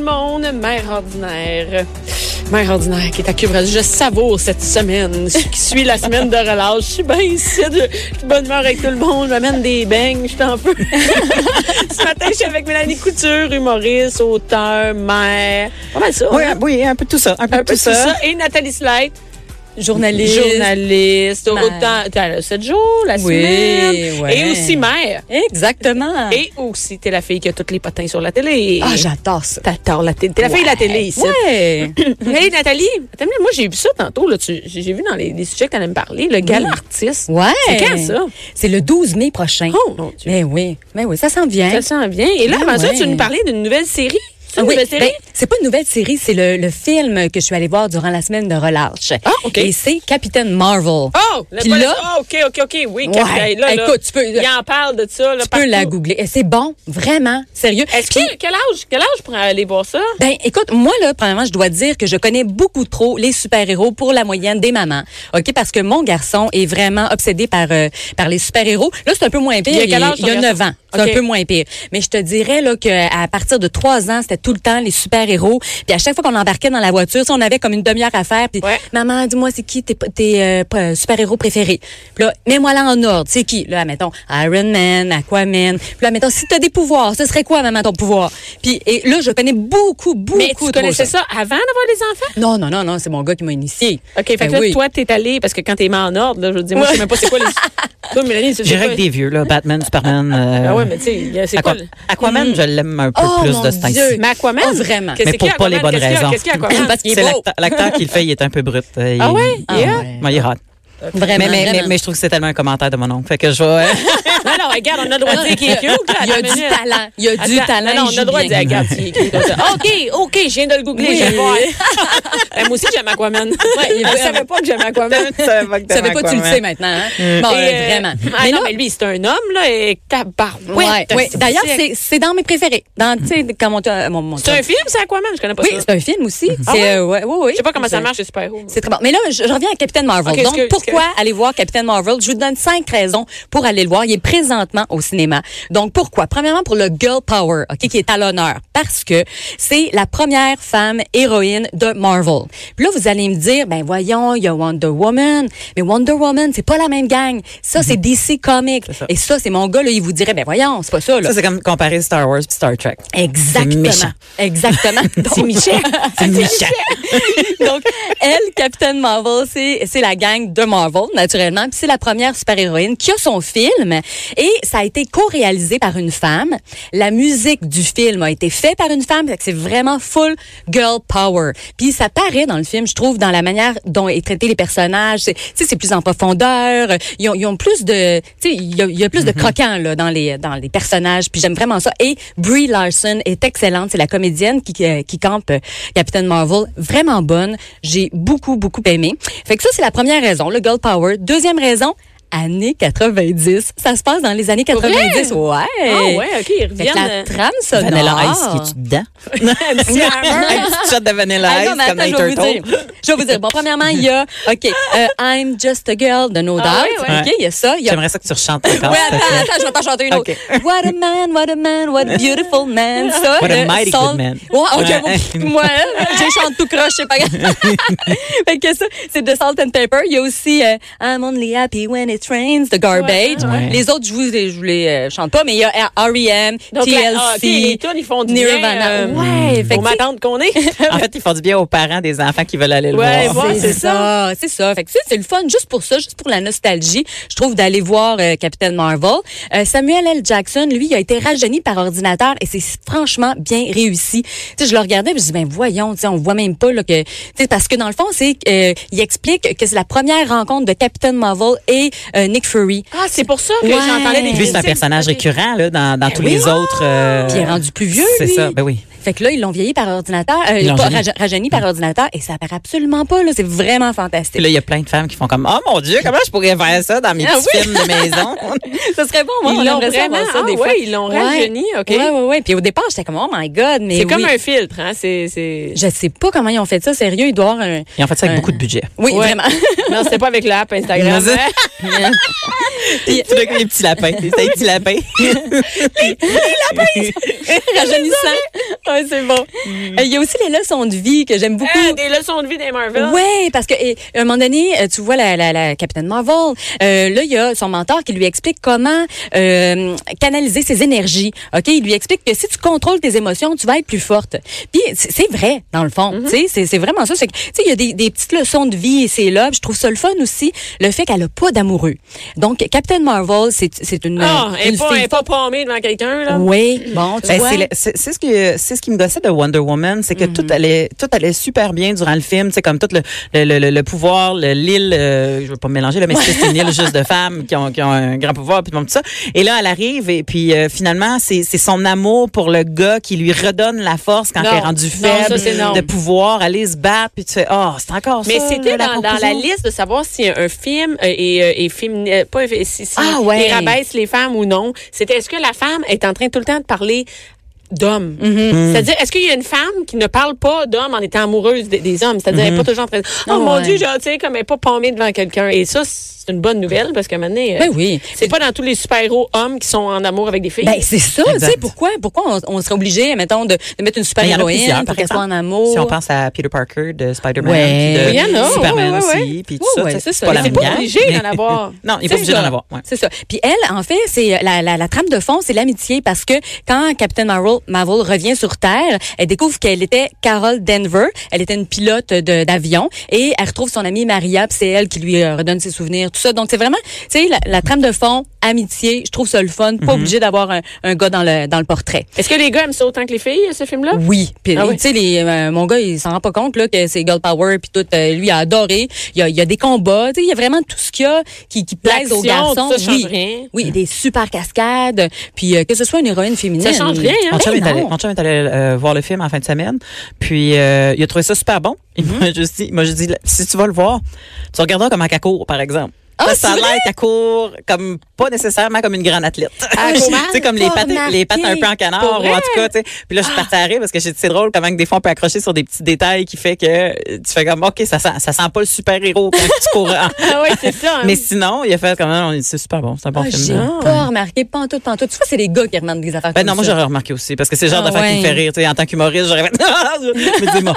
monde, mère ordinaire. Mère ordinaire qui est à Cube Radio. Je savoure cette semaine ce qui suit la semaine de relâche. Je suis bien ici, je je suis de bonne humeur avec tout le monde, j'amène des beignes, je suis un peu. ce matin, je suis avec Mélanie Couture, humoriste, auteur, mère. Pas mal ça. Oui, hein? un- oui, un peu de tout ça. Un peu, un de peu tout ça. Et Nathalie Slate. Journaliste. Journaliste, Mère. autant, t'as 7 jours, la Oui, semaine. ouais. Et aussi mère. Exactement. Et aussi, t'es la fille qui a tous les patins sur la télé. ah, j'adore ça. T'adores la télé. T'es la fille de la télé ici. Ouais. Hey Nathalie, attends, mais moi j'ai vu ça tantôt. Là, tu- j'ai j'ai vu dans les, les sujets que tu allais me parler, le gala artiste. ouais. C'est quand, ça? C'est le 12 mai prochain. Oh mon Dieu. Mais oui, mais oui, ça s'en vient. Ça s'en vient. Et là, Ah, avant ça, ouais. tu nous parlais d'une nouvelle série. C'est Ah une oui, nouvelle série? ben, c'est pas une nouvelle série, c'est le, le film que je suis allée voir durant la semaine de relâche. Ah, OK. Et c'est Capitaine Marvel. oh! Puis pas là- oh, OK, OK, OK. Oui, Ouais. Capitaine, là, là, Écoute, tu peux- Il en parle de ça. Là, tu peux la partout. googler. Et c'est bon, vraiment, sérieux. Est-ce Puis- que, quel âge, quel âge pour aller voir ça? Ben, écoute, moi, là, premièrement, je dois dire que je connais beaucoup trop les super-héros pour la moyenne des mamans. OK? Parce que mon garçon est vraiment obsédé par, euh, par les super-héros. Là, c'est un peu moins pire. Il a quel âge, il y a ton 9 garçon? ans. C'est OK. un peu moins pire. Mais je te dirais, là, qu'à partir de 3 ans, c'était tout le temps les super-héros. Puis à chaque fois qu'on embarquait dans la voiture, tu sais, on avait comme une demi-heure à faire. Puis, Ouais. maman, dis-moi, c'est qui tes, tes euh, p- super-héros préférés? Puis là, mets-moi là en ordre. C'est qui? Là, mettons, Iron Man, Aquaman. Puis là, mettons, si t'as des pouvoirs, ce serait quoi, maman, ton pouvoir? Puis et là, je connais beaucoup, beaucoup Mais tu trop connaissais jeune. ça avant d'avoir des enfants? Non, non, non, non, c'est mon gars qui m'a initié. OK, fait Ben que là, oui. toi, t'es allé, parce que quand t'es mis en ordre, là, je veux dire, moi, je sais même pas c'est quoi les. toi, Mélanie, tu sais J'irai quoi? avec des vieux, là. Batman, Superman. euh, Ah ouais, mais tu sais, c'est Aqua- quoi? le- Mm. Aquaman, je l'aime un peu Oh, plus mon de ce temps-ci. Dieu. Mais Aquaman? Oh, vraiment. Qu'est-ce qu'il Mais pour y a, pas les Aquaman? bonnes Qu'est-ce qu'il y a? raisons. Qu'est-ce qu'il y a, Aquaman? Parce qu'il est C'est beau. l'acteur- l'acteur qui le fait, il est un peu brut. euh, il- Ah ouais? Ah Yeah. ouais. Ouais, il est hot. Vraiment, mais, mais, mais- vraiment. mais je trouve que c'est tellement un commentaire de mon oncle. Fait que je vais. Non, non, regarde, on a le droit de dire qu'il est cute. là, Ah, Il y attends a du une minute. talent. Il y a du Attends, talent. Non, non, on il a le joue droit de dire, bien. regarde, il est cute comme ça. OK, OK, je viens de le googler, Oui. je vais le voir. Ben, moi aussi, j'aime Aquaman. il est je vraiment- savais pas que j'aimais Aquaman. Tu savais pas, Tu savais pas, tu le sais maintenant. Hein? Bon, Et, euh, euh, vraiment. Ah, Mais non, là- mais lui, c'est un homme, là, et tabarouette. Ouais, ouais. C'est- D'ailleurs, c'est c'est dans mes préférés. Dans, tu sais, quand mon, euh, mon, mon- C'est un film, c'est Aquaman, je connais pas Oui, ça. c'est un film aussi. Ah C'est, ouais? euh, ouais, ouais, ouais. Je sais pas comment ça marche, les super-héros. C'est très bon. Mais là, je, je reviens à Captain Marvel. Ok, Donc, excuse, pourquoi aller voir Captain Marvel? Je vous donne cinq raisons pour aller le voir. Il est présentement au cinéma. Donc, pourquoi? Premièrement, pour le Girl Power, ok, qui est à l'honneur. Parce que c'est la première femme héroïne de Marvel. Puis là, vous allez me dire, ben voyons, il y a Wonder Woman. Mais Wonder Woman, c'est pas la même gang. Ça, c'est DC Comics. Et ça, c'est mon gars, là, il vous dirait, ben voyons, c'est pas ça, là. Ça, c'est comme comparer Star Wars puis Star Trek. C'est Exactement. méchant. Exactement. C'est Donc- Michel. C'est méchant. Donc, elle, Captain Marvel, c'est c'est la gang de Marvel, naturellement. Puis c'est la première super-héroïne qui a son film. Et ça a été co-réalisé par une femme. La musique du film a été faite par une femme. Fait que C'est vraiment full girl power. Puis ça paraît dans le film, je trouve, dans la manière dont est traité les personnages. C'est- Tu sais, c'est plus en profondeur. Ils ont, ils ont plus de... Tu sais, il y, a- il y a Mm-hmm. plus de croquants là, dans, les, dans les personnages. Puis j'aime vraiment ça. Et Brie Larson est excellente. C'est la comédienne qui, qui, qui campe euh, Captain Marvel. Vraiment bonne. J'ai beaucoup, beaucoup aimé. Fait que ça, c'est la première raison, le girl power. Deuxième raison, années 90. Ça se passe dans les années 90. Ouais. Ah ouais, OK, ils Fait que la reviennent. trame sonore. euh, Vanilla Ice qui est-tu dedans? euh, petit hammer. Un petit shot de Vanilla Ice Ah non, mais comme attends, les je vais vous Turtles. dire. Je vais vous dire. Bon, premièrement, il y a, OK, euh, I'm Just a Girl de No Doubt. Ah ouais, ouais. OK, il y a ça. Il y a J'aimerais ça que tu rechantes encore. Ouais, attends, attends, je vais pas chanter une autre. Ok. What a man, what a man, what a beautiful man. Ça, What a le mighty salt- good man. Ouais, ok, Ouais. moi, moi, je chante tout croche, je sais pas. fait que ça, c'est de Salt and Pepper. Il y a aussi euh, I'm only happy when it rains, de Garbage. Ouais. Les autres, je vous, les- je vous les euh, E chante pas, mais il y a R.E.M., Donc, TLC, la- ah, OK, les tunes, ils font du bien. Nirvana. euh, ouais, fait Pour que m'attendre qu'on est. En fait, ils font du bien aux parents des enfants qui veulent aller le Ouais, voir. ouais. c'est c'est ça, c'est ça. Fait que tu sais, c'est le fun juste pour ça, juste pour la nostalgie. Je trouve d'aller voir euh, Captain Marvel. Euh, Samuel L. Jackson, lui, il a été rajeuni par ordinateur et c'est franchement bien réussi. Tu sais, je le regardais, puis je dis ben voyons, tu sais, on voit même pas là que tu sais parce que dans le fond, c'est euh, il explique que c'est la première rencontre de Captain Marvel et euh, Nick Fury. Ah, c'est pour ça que Ouais. j'entendais des Puis Lui, c'est un critiques. personnage Ok. récurrent là, dans, dans tous Ben oui. les autres. euh, Puis il est rendu plus vieux, C'est lui. ça, ben oui. Fait que là, ils l'ont vieilli par ordinateur, euh, Ils l'ont pas, rajeuni. raje- rajeuni par ordinateur, et ça paraît absolument pas, là. C'est vraiment fantastique. Puis là, il y a plein de femmes qui font comme Oh mon Dieu, comment je pourrais faire ça dans mes Ah petits oui. films de maison? Ça serait bon, moi, Ils on l'ont aimerait ça vraiment, avoir ça ah des ouais, fois. ils l'ont rajeuni, OK. Ouais, ouais, ouais. Puis au départ, j'étais comme, oh my God, mais C'est comme oui. un filtre, hein? C'est. c'est- Je sais pas comment ils ont fait ça, sérieux, ils doivent avoir un... Ils ont fait ça avec Euh, beaucoup de budget. Oui, Ouais. vraiment. Non, c'était pas avec l'app Instagram. Non, hein? Puis, tu vois, comme les petits lapins. Les petits lapins. Rajeunissant. Ouais, c'est bon. Euh, Il y a aussi les leçons de vie que j'aime beaucoup. Mm. Ah, des leçons de vie des Marvel. Ouais, parce que et, à un moment donné, euh, tu vois la, la, la Capitaine Marvel, euh, là il y a son mentor qui lui explique comment euh, canaliser ses énergies. OK, il lui explique que si tu contrôles tes émotions, tu vas être plus forte. Puis c'est c'est vrai dans le Mm-hmm. fond, tu sais, c'est- c'est vraiment ça, c'est que, tu sais il y a des, des petites leçons de vie et c'est là, je trouve ça le fun aussi le fait qu'elle a pas d'amoureux. Donc Captain Marvel, c'est c'est une, euh, Ah, elle une est pas, elle fille est pas pommée devant quelqu'un, là. oui, bon, tu Ben, vois. c'est le- c'est c'est ce que c'est ce qui me gossait de Wonder Woman, c'est que Mm. tout allait tout allait super bien durant le film, c'est comme tout le le, le- le- le pouvoir, le- l'île, euh, je veux pas me mélanger là, mais c'est une île juste de femmes qui ont qui ont un grand pouvoir puis bon, tout ça. Et là elle arrive et puis euh, finalement c'est c'est son amour pour le gars qui lui redonne la force quand Non. elle est rendue Non, ça, faible c'est non. de pouvoir aller se battre puis tu fais oh c'est encore Mais ça. c'était là, dans, dans la conclusion. liste de savoir si un film euh, est, euh, est fémini- euh, pas euh, si, si Ah ouais. il rabaisse les femmes ou non. C'était est-ce que la femme est en train tout le temps de parler d'hommes. C'est-à-dire, est-ce qu'il y a une femme qui ne parle pas d'hommes en étant amoureuse des, des hommes? C'est-à-dire, elle n'est pas toujours en train de, oh, Ah mon ouais. Dieu, genre, tu sais, comme elle n'est pas pommée devant quelqu'un. Et ça, c'est une bonne nouvelle parce que maintenant, euh, Ben oui. c'est pas dans tous les super-héros hommes qui sont en amour avec des filles. Ben, c'est ça, tu Exact. sais, pourquoi, pourquoi on, on serait obligé, mettons, de, de mettre une super Ben, il y en a héroïne plusieurs, pour par qu'elle soit en exemple. amour? Si on pense à Peter Parker de Spider-Man, Ouais. puis Il y en a, de Superman ouais, ouais, ouais. aussi, puis tout Ouais, ça, ouais, tu sais, c'est c'est ça. pas la Mais c'est pas même gang, obligé mais- d'en avoir. Non, il n'est C'est pas obligé ça. d'en avoir. ouais. C'est ça. Puis elle, en fait, c'est euh, la, la, la trame de fond, c'est l'amitié parce que quand Captain Marvel, Marvel revient sur Terre, elle découvre qu'elle était Carol Denver. Elle était une pilote de- d'avion et elle retrouve son amie Maria, puis c'est elle qui lui euh, redonne ses souvenirs, tout ça. Donc c'est vraiment, tu sais, la, la trame de fond, amitié, je trouve ça le fun, Mm-hmm. pas obligé d'avoir un, un gars dans le, dans le portrait. Est-ce que les gars aiment ça autant que les filles, ce film-là? Oui, puis Ah oui. tu sais les euh, mon gars il s'en rend pas compte là que c'est girl power puis tout euh, lui il a adoré, il y a, il y a des combats, tu sais il y a vraiment tout ce qu'il y a qui qui plaise aux L'action, garçons. tout ça change oui. rien. Oui, des super cascades, puis euh, que ce soit une héroïne féminine. Ça change rien, hein? Mon chum, Ben est allé, non. mon chum est allé, euh, voir le film en fin de semaine, puis euh, il a trouvé ça super bon. Il Mhm. m'a juste dit, il m'a juste dit, si tu vas le voir, tu regarderas comment elle court, par exemple. Ah, Parce que ça a c'est vrai? l'air qu'elle court comme pas nécessairement comme une grande athlète. Ah, tu j'ai sais comme les pas pattes, les pattes un remarqué. peu en Pour canard ou vrai? en tout cas, tu sais. Puis là je suis Ah. partie à rire parce que j'ai dit c'est drôle comment que des fois on peut accrocher sur des petits détails qui fait que euh, tu fais comme ok ça sent ça sent pas le super héros quand tu cours. en- Ah oui, c'est ça. hein. Mais sinon il a fait comme non, non, c'est super bon, c'est un bon Ah, J'ai film. pas remarqué, pas en tout, pas en tout. Tu vois, c'est les gars qui remarquent des affaires Ben comme non, moi ça. j'aurais remarqué aussi parce que c'est le genre Ah, d'affaire qui me fait ouais. rire. Tu sais, en tant qu'humoriste, j'aurais fait. Mais dis-moi.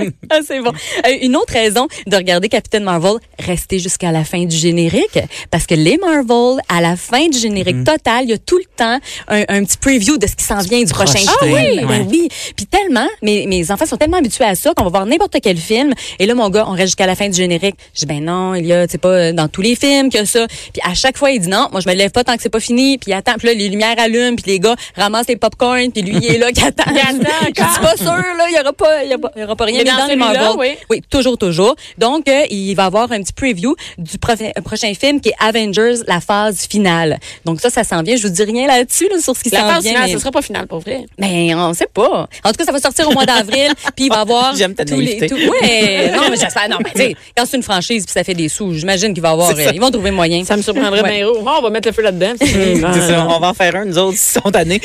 Ah, c'est bon. Euh, une autre raison de regarder Captain Marvel, rester jusqu'à la fin du générique, parce que les Marvel, à la fin du générique Mm-hmm. total, il y a tout le temps un, un petit preview de ce qui s'en vient du prochain projeté, film. ouais. Ben oui. Puis tellement, mes, mes enfants sont tellement habitués à ça qu'on va voir n'importe quel film. Et là, mon gars, on reste jusqu'à la fin du générique. Je dis, ben non, il y a, tu sais pas, euh, dans tous les films que ça. Puis à chaque fois, il dit non, moi je me lève pas tant que c'est pas fini. Puis il attend. Puis là, les lumières allument. Puis les gars ramassent les popcorn. Puis lui, il est là qui attend. Il attend Je dis, encore. pas sûr, là, il y aura pas, il y aura pas- il y aura pas rien Mais mais dans dans les celui-là, Marvel. oui. Oui. toujours, toujours. Donc, euh, il va avoir un petit preview du profi- euh, prochain film qui est Avengers, la phase finale. Donc ça, ça s'en vient. Je vous dis rien là-dessus, là, sur ce qui la s'en phase vient. finale, mais... ce sera pas final pour vrai. mais on sait pas. En tout cas, ça va sortir au mois d'avril, puis il va avoir J'aime ta tous les naïveté. tous- Ouais, non mais j'espère non mais tu sais, quand c'est une franchise puis ça fait des sous, j'imagine qu'il va avoir euh, ils vont trouver moyen. Ça me surprendrait Ouais. bien. Oh, on va mettre le feu là-dedans. c'est fini. Mm, C'est ça, on va en faire un, nous autres, ils sont tannés.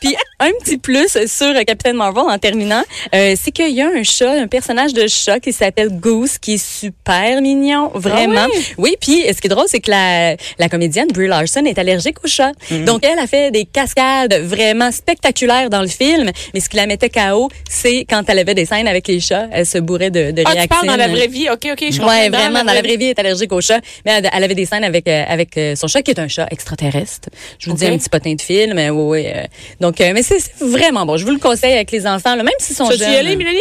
Puis un petit plus sur euh, Captain Marvel en terminant, euh, c'est qu'il y a un chat, un personnage de chat qui s'appelle Goose, qui est super mignon, vraiment. Ah oui? puis euh, ce qui est drôle, c'est que la, la comédienne Brie Larson est allergique aux chats. Mm-hmm. Donc elle a fait des cascades vraiment spectaculaires dans le film, mais ce qui la mettait KO, c'est quand elle avait des scènes avec les chats, elle se bourrait de, de Ah, tu réactines. parles dans la vraie vie. OK, OK, je comprends. Ouais, vraiment, dans la vraie vie, elle est allergique au chat. Mais elle, elle avait des scènes avec, euh, avec euh, son chat, qui est un chat extraterrestre. Je vous Ok. dis un petit potin de film. euh, oui, oui, euh, donc, euh, mais c'est c'est vraiment bon. Je vous le conseille avec les enfants, là, même s'ils sont Tu vas jeunes. y aller, Mélanie?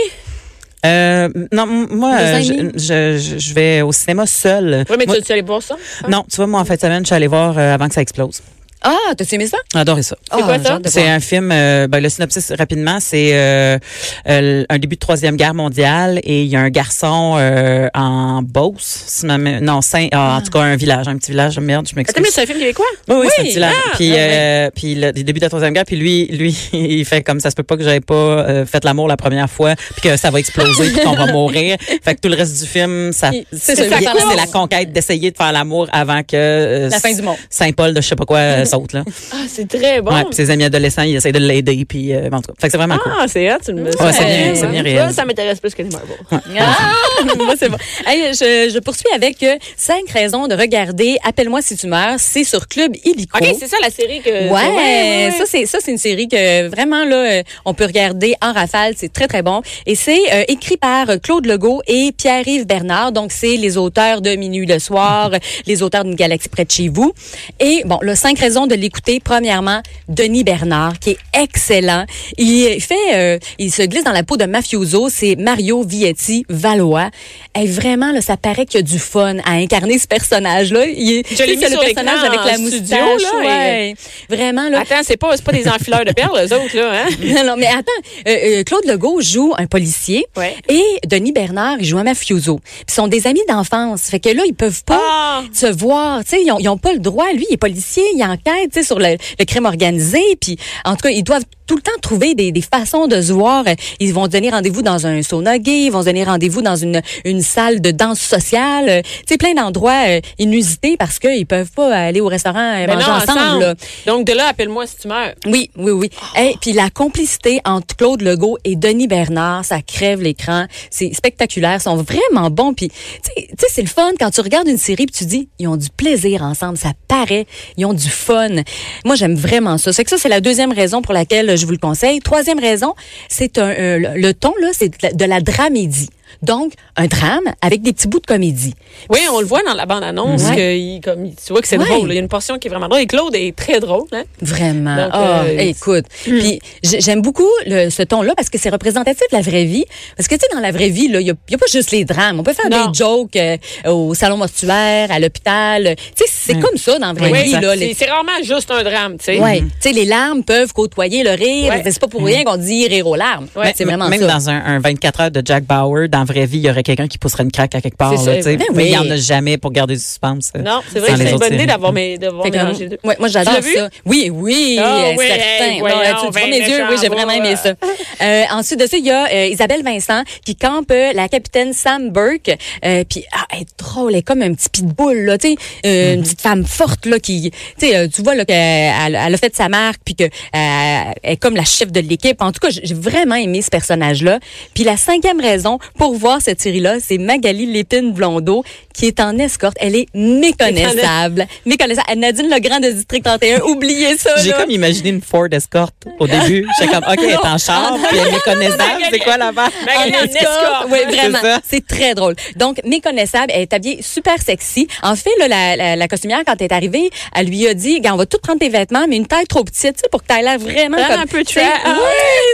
Euh, non, m- moi, Deux ans et je, demi. je- je- je vais au cinéma seule. Oui, mais Moi- tu vas y aller voir ça? non, tu vois, moi, en fin de semaine, je suis allée voir euh, avant que ça explose. Ah, t'as aimé ça? J'ai adoré ça. C'est quoi ça? De C'est voir. un film, euh, ben, le synopsis rapidement, c'est euh, euh, un début de troisième guerre mondiale et il y a un garçon euh, en Beauce, si ma mé- non, Saint, ah, en tout cas un village, un petit village, merde, je m'excuse. Attends, mais c'est un film québécois? Oui, oui, c'est un Oui, petit lard. ah, puis, ah, euh, puis le, début de la troisième guerre, puis lui, lui, il fait comme ça se peut pas que j'avais pas euh, fait l'amour la première fois, puis que ça va exploser, puis qu'on va mourir. Fait que tout le reste du film, ça, Il- c'est c'est ça, il- il- c'est la conquête d'essayer de faire l'amour avant que euh, La fin du monde. Saint Paul de je sais pas quoi euh, saute. Là. Ah, c'est très bon. Ouais, puis ses amis adolescents, ils essaient de l'aider. Puis, euh, en tout cas, Fait que c'est vraiment cool. ah, c'est hot, tu me Ouais, c'est bien- ça, c'est bien ça, réel. Ça m'intéresse plus que les Marvel. Ah! Moi, c'est bon. Hey, je, je poursuis avec euh, cinq raisons de regarder Appelle-moi si tu meurs. C'est sur Club Illico. OK, euh, c'est ça la série que. Ah, oh. Ouais, ça c'est ça c'est une série que vraiment là euh, on peut regarder en rafale, c'est très très bon et c'est euh, écrit par euh, Claude Legault et Pierre-Yves Bernard. Donc c'est les auteurs de Minuit le soir, euh, les auteurs d'une galaxie près de chez vous. Et bon, le cinq raisons de l'écouter. Premièrement, Denis Bernard qui est excellent. Il fait euh, il se glisse dans la peau de mafioso, c'est Mario Vietti Valois. Et vraiment là, ça paraît qu'il y a du fun à incarner ce personnage là. Il est Je l'ai c'est mis le sur l'écran personnage avec en la studio, moustache, là, ouais. Ben, Vraiment là, Attends, c'est pas, c'est pas des enfileurs de perles, eux autres, là, hein? non, non, mais attends, euh, euh, Claude Legault joue un policier Ouais. et Denis Bernard, il joue un mafioso. Puis Ils sont des amis d'enfance. Fait que là, ils peuvent pas Ah! se voir. Tu sais, ils ont, ils ont pas le droit. Lui, il est policier, il enquête tu sais, sur le, le crime organisé. Puis, en tout cas, ils doivent tout le temps trouver des, des façons de se voir. Ils vont se donner rendez-vous dans un sauna gay, ils vont se donner rendez-vous dans une, une salle de danse sociale. Euh, Tu sais, plein d'endroits euh, inusités parce qu'ils peuvent pas aller au restaurant et Ben manger non, ensemble. là. Donc, de là, appelle-moi si tu meurs. Oui, oui, oui. Et puis la complicité entre Claude Legault et Denis Bernard, ça crève l'écran. C'est spectaculaire. Ils sont vraiment bons. Puis, tu sais, tu sais, c'est le fun quand tu regardes une série puis tu dis, ils ont du plaisir ensemble. Ça paraît. Ils ont du fun. Moi, j'aime vraiment ça. C'est que ça, c'est la deuxième raison pour laquelle je vous le conseille. Troisième raison, c'est un, euh, le- le ton, là, c'est de la- de la dramédie. Donc, un drame avec des petits bouts de comédie. Oui, on le voit dans la bande-annonce, Ouais. que il- comme, il- tu vois que c'est Ouais. drôle. là. Il y a une portion qui est vraiment drôle. Et Claude est très drôle, hein? Vraiment. Donc, Ah, euh, écoute. Puis j'ai- j'aime beaucoup le- ce ton-là parce que c'est représentatif de la vraie vie. Parce que tu sais, dans la vraie vie, il y a, y a pas juste les drames. On peut faire Non. des jokes euh, au salon mortuaire, à l'hôpital. Tu sais, c'est Hmm. Ouais. comme ça dans la vraie Oui, vie c'est- là. c'est, Les... c'est rarement juste un drame, tu sais. Ouais, tu sais, les larmes peuvent côtoyer le rire. Hmm. Ouais. Hmm. C'est pas pour rien qu'on dit rire aux larmes. Ouais. C'est vraiment même ça. dans un, un 24 heures de Jack Bauer, dans la vraie vie, il y aurait quelqu'un qui pousserait une craque à quelque part. C'est ça, Là, tu sais. ben Mais il n'y oui. en a jamais pour garder du suspense. euh, Non, c'est dans vrai que les c'est une autres bonne idée séries. d'avoir, mé- d'avoir Fait que, mélangé les deux. ouais, moi, j'adore Tu l'as vu? ça. Oui, oui, Ah, euh, oui, certain. hey, Non, voyons, tu- tu vois ben mes yeux, méchant, oui, j'ai vraiment aimé ça. Euh, ensuite de ça, il y a euh, Isabelle Vincent qui campe euh, la capitaine Sam Burke. Euh, puis, ah, elle est drôle, elle est comme un petit pitbull, là, tu sais, euh, Mhm. une petite femme forte, là, qui, tu sais, euh, tu vois, là, qu'elle elle, elle a fait sa marque, puis que euh, elle est comme la chef de l'équipe. En tout cas, j'ai j'ai vraiment aimé ce personnage-là. Puis la cinquième raison pour voir cette série-là, c'est Magali Lépine-Blondeau qui est en escorte. Elle est méconnaissable incontournable. Mais connaissant à Nadine Legrand de District 31, oubliez ça. J'ai là. comme imaginé une Ford Escort au début. J'étais comme, OK, elle est en char, puis elle est méconnaissable. C'est quoi là-bas? Magali En en escorte. escorte. Oui, C'est vraiment. ça. C'est très drôle. Donc, méconnaissable, elle est habillée super sexy. En fait, là, la, la, la costumière, quand elle est arrivée, elle lui a dit, Gars, on va tout prendre tes vêtements, mais une taille trop petite, tu sais, pour que tu aies l'air vraiment Ah, comme... un peu tu sais, trash. Ah, oui,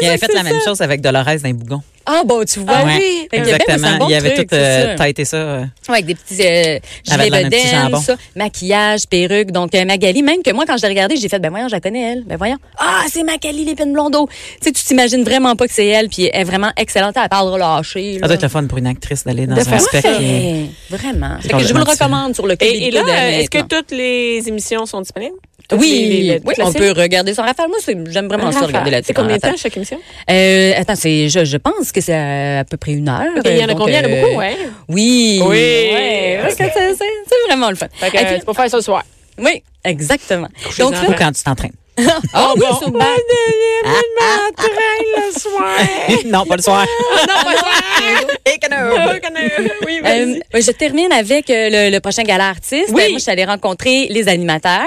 Il avait ça, fait la c'est même ça. chose avec Dolores d'un bougon. Ah, bon, tu vois. Ah Ouais, oui. Fait que, ben, ben, c'est Exactement. un bon il avait truc, tout c'est euh, ça. têté ça. euh. Ouais, avec des petits euh, Avait gilets l'air d'un petit bedaines, jambon. ça, maquillage, perruque. Donc, euh, Magali, même que moi, quand je l'ai regardée, j'ai fait, ben voyons, je la connais, elle. Ben voyons. Ah, c'est Magali Lépine Blondeau. Tu sais, tu t'imagines vraiment pas que c'est elle, puis elle est vraiment excellente à part relâchée. Ça doit être le fun pour une actrice d'aller dans De un faire- spectacle. qui- Ouais, vraiment. Fait que je vous complètement le différent. recommande sur le Et, et Club là, Illico de est-ce que maintenant. toutes les émissions sont disponibles? Toutes les- les- oui, les- oui, toute la on série? peut regarder ça en rafale. Moi, c'est- j'aime vraiment ça regarder là-dessus. C'est combien de temps chaque émission? Euh, attends, c'est, je, je pense que c'est à, à peu près une heure. Ok, il y en a Donc, combien? Il y en a euh, beaucoup, ouais. Oui. Oui. Ouais, parce que c'est, c'est- c'est vraiment le fun. Fait que, Et puis- euh, tu peux faire ça le soir. Oui, exactement. Coucher Donc les là, Ou quand tu t'entraînes. ah oui, bon. Ah, sur Bad. le soir. non, pas le soir. Oui, Euh, je termine avec euh, le, le prochain gala artiste. Oui. Moi, je suis allée rencontrer les animateurs.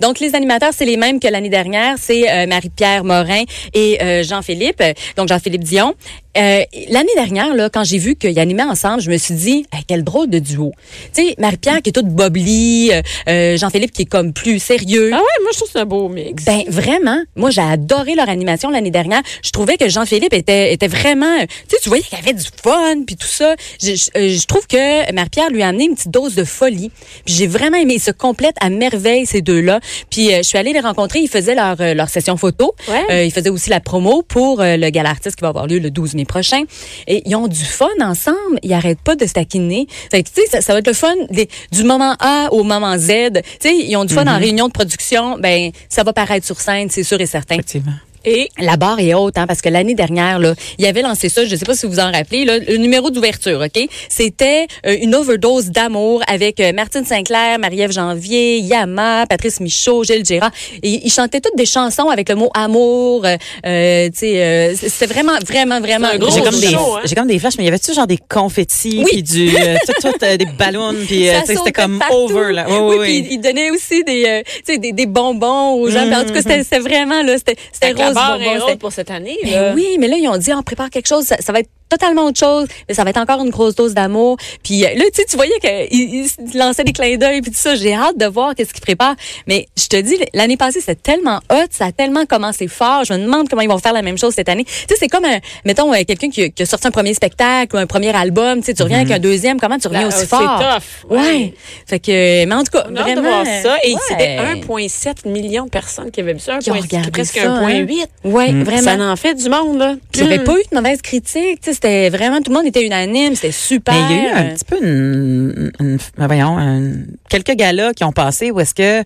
Donc, les animateurs, c'est les mêmes que l'année dernière. C'est euh, Marie-Pierre Morin et euh, Jean-Philippe. Euh, Donc, Jean-Philippe Dion. Euh, l'année dernière, là, quand j'ai vu qu'ils animaient ensemble, je me suis dit, Hey, quel drôle de duo. Tu sais, Marie-Pierre qui est toute boblie, euh, euh, Jean-Philippe qui est comme plus sérieux. Ah ouais, moi je trouve que c'est un beau mix. Ben vraiment, moi j'ai adoré leur animation l'année dernière. Je trouvais que Jean-Philippe était était vraiment, tu sais, tu voyais qu'il avait du fun puis tout ça. Je, je- euh, je trouve que Marie-Pierre lui a amené une petite dose de folie. Puis j'ai vraiment aimé. Ils se complètent à merveille ces deux-là. Puis euh, je suis allée les rencontrer. Ils faisaient leur euh, leur session photo. Ouais. Euh, ils faisaient aussi la promo pour euh, le gala artiste qui va avoir lieu le 12 mai prochain. Et ils ont du fun ensemble. Ils arrêtent pas de se taquiner. Fait que tu sais, ça, ça va être le fun des- du moment A au moment Z. Tu sais, ils ont du fun en réunion de production. Ben ça va paraître sur scène, c'est sûr et certain. Effectivement. Et La barre est haute, hein, parce que l'année dernière, là, il avait lancé ça, je ne sais pas si vous vous en rappelez, là, le numéro d'ouverture, OK? C'était euh, une overdose d'amour avec euh, Martine Sinclair, Marie-Ève Janvier, Yama, Patrice Michaud, Gilles Gérard. Et ils chantaient toutes des chansons avec le mot amour. Euh, euh, tu sais, euh, c'était vraiment, vraiment, vraiment C'est un gros J'ai comme, des, show, hein? j'ai comme des flashs, mais il y avait-tu genre des confettis, Oui. puis du, euh, tout, tout, euh, des ballons, puis euh, Ça tu sais, sautait c'était comme partout. over. Eh Là. Oui, oui, oui, oui. puis il donnait aussi des, euh, tu sais, des, des bonbons aux gens. Puis En tout cas, c'était c'était vraiment là, c'était c'était Mm-hmm. Fait que la rose barre bonbon, est c'était- haute pour cette année. Ben là. oui, mais là, ils ont dit, on prépare quelque chose, ça, ça va être totalement autre chose, mais ça va être encore une grosse dose d'amour. Puis euh, là, tu sais, tu voyais qu'ils lançaient des clins d'œil, puis tout ça. J'ai hâte de voir qu'est-ce qu'ils préparent. Mais je te dis, l'année passée, c'était tellement hot, ça a tellement commencé fort. Je me demande comment ils vont faire la même chose cette année. Tu sais, c'est comme, un, mettons, euh, quelqu'un qui, a- qui a sorti un premier spectacle ou un premier album, tu sais, tu reviens avec un deuxième, comment tu reviens Là, aussi Mhm. Ben, oh, c'est fort? tough. Ouais. Ouais. Fait que, mais en tout cas, On a hâte de vraiment. voir ça. Et c'était ouais. 1,7 million de personnes qui avaient vu ça. Qui ont 1,7, regardé presque ça, hein. 1,8. Ouais, vraiment. Mm. Ça en fait du monde, là. Il n'y avait Hum. pas eu de mauvaise critique. tu sais, C'était vraiment, tout le monde était unanime. C'était super. Euh, Mais il y a eu un petit peu une, une- une- voyons, un- quelques galas qui ont passé où est-ce que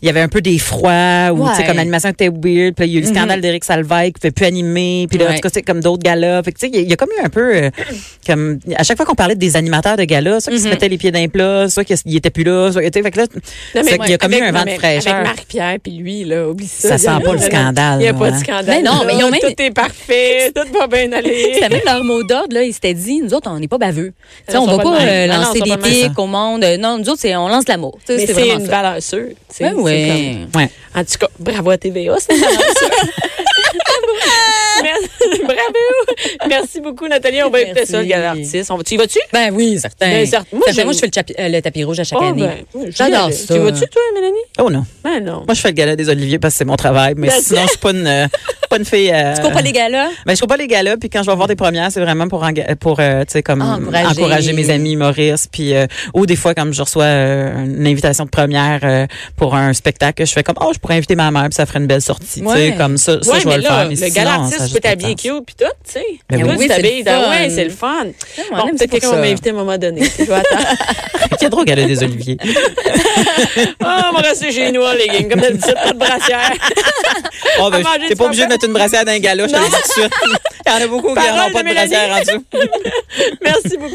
il y avait un peu des froids ou tu sais Ouais. comme l'animation était weird, puis il y a eu Mm-hmm. le scandale d'Éric Salvaille qui ne pouvait plus animer, puis là en Ouais. tout cas c'est comme d'autres galas. Fait que, tu sais, il y a- il y a comme eu un peu euh, comme à chaque fois qu'on parlait des animateurs de galas, soit qui se mettaient les pieds d'un plat, soit qu'ils étaient plus là, soit tu sais, fait que là Mm-hmm. Non, mais c'est qu'il y a comme eu avec- un vent de avec- fraîcheur. Avec Marc-Pierre puis lui, là, oublie ça. Ça sent pas le Non, non, scandale, Il n'y a là, pas de hein. scandale. Mais non, mais ils là. ont même- Tout est parfait, tout va bien aller. C'était même leur mot d'ordre, là. Ils s'étaient dit, nous autres, on n'est pas baveux. Tu sais, Non, on ils va sont pas pas de euh, même. Ah Non, non, ils lancer sont des pas de même, pics au monde. Euh, Non, nous autres, c'est, on lance de l'amour. Tu sais, Mais C'est c'est vraiment une ça. valeur sûre. tu sais, Ben c'est oui. comme- Ouais. En tout cas, bravo à TVA, c'est une valeur sûre. Merci. Bravo! Merci beaucoup, Nathalie. On va éviter Merci. ça, le gars d'artiste. On va- Tu y vas-tu? Ben oui, certain. Ben, certain. Moi, Ça fait- j'aime- moi, je fais le, chapi- euh, le tapis rouge à chaque Oh, année. ben, oui, j'y J'adore vais. ça. Tu y vas-tu, toi, Mélanie? Oh non. Ben non. Moi je fais le gala des Oliviers parce que c'est mon travail, mais Ben, sinon je suis pas une euh, pas une fille euh, Tu cours pas les gars là? Ben, je trouve pas les galas, puis quand je vais voir des premières, c'est vraiment pour, enga- pour euh, tu sais, comme Encourager. encourager. mes amis Maurice, puis euh, ou des fois, comme je reçois euh, une invitation de première euh, pour un spectacle, je fais comme, oh, je pourrais inviter ma mère, puis ça ferait une belle sortie, tu Ouais. sais, comme ça, ça Ouais, je vais mais le là, faire. Mais le sinon, gars ça d'artiste, a tu juste peux pas de t'habiller sens. cute puis tout, tu sais. Ben Toi, oui. tu Oui, c'est le t'habilles, fun. ouais, c'est le fun. on Bon, aime ça peut-être pour quelqu'un va ça. m'inviter à un moment donné. Je vais attendre. Qui est drôle, gala des Oliviers. Ah, on va rester chez nous, les gangs. Comme d'habitude, pas de brassière. Oh, ben, manger t'es du pas obligé pamplemousse. de mettre une brassière dans un gala, je te le dis tout de suite. Il y en a beaucoup qui Parole n'auront pas de de brassière rendue. Merci beaucoup.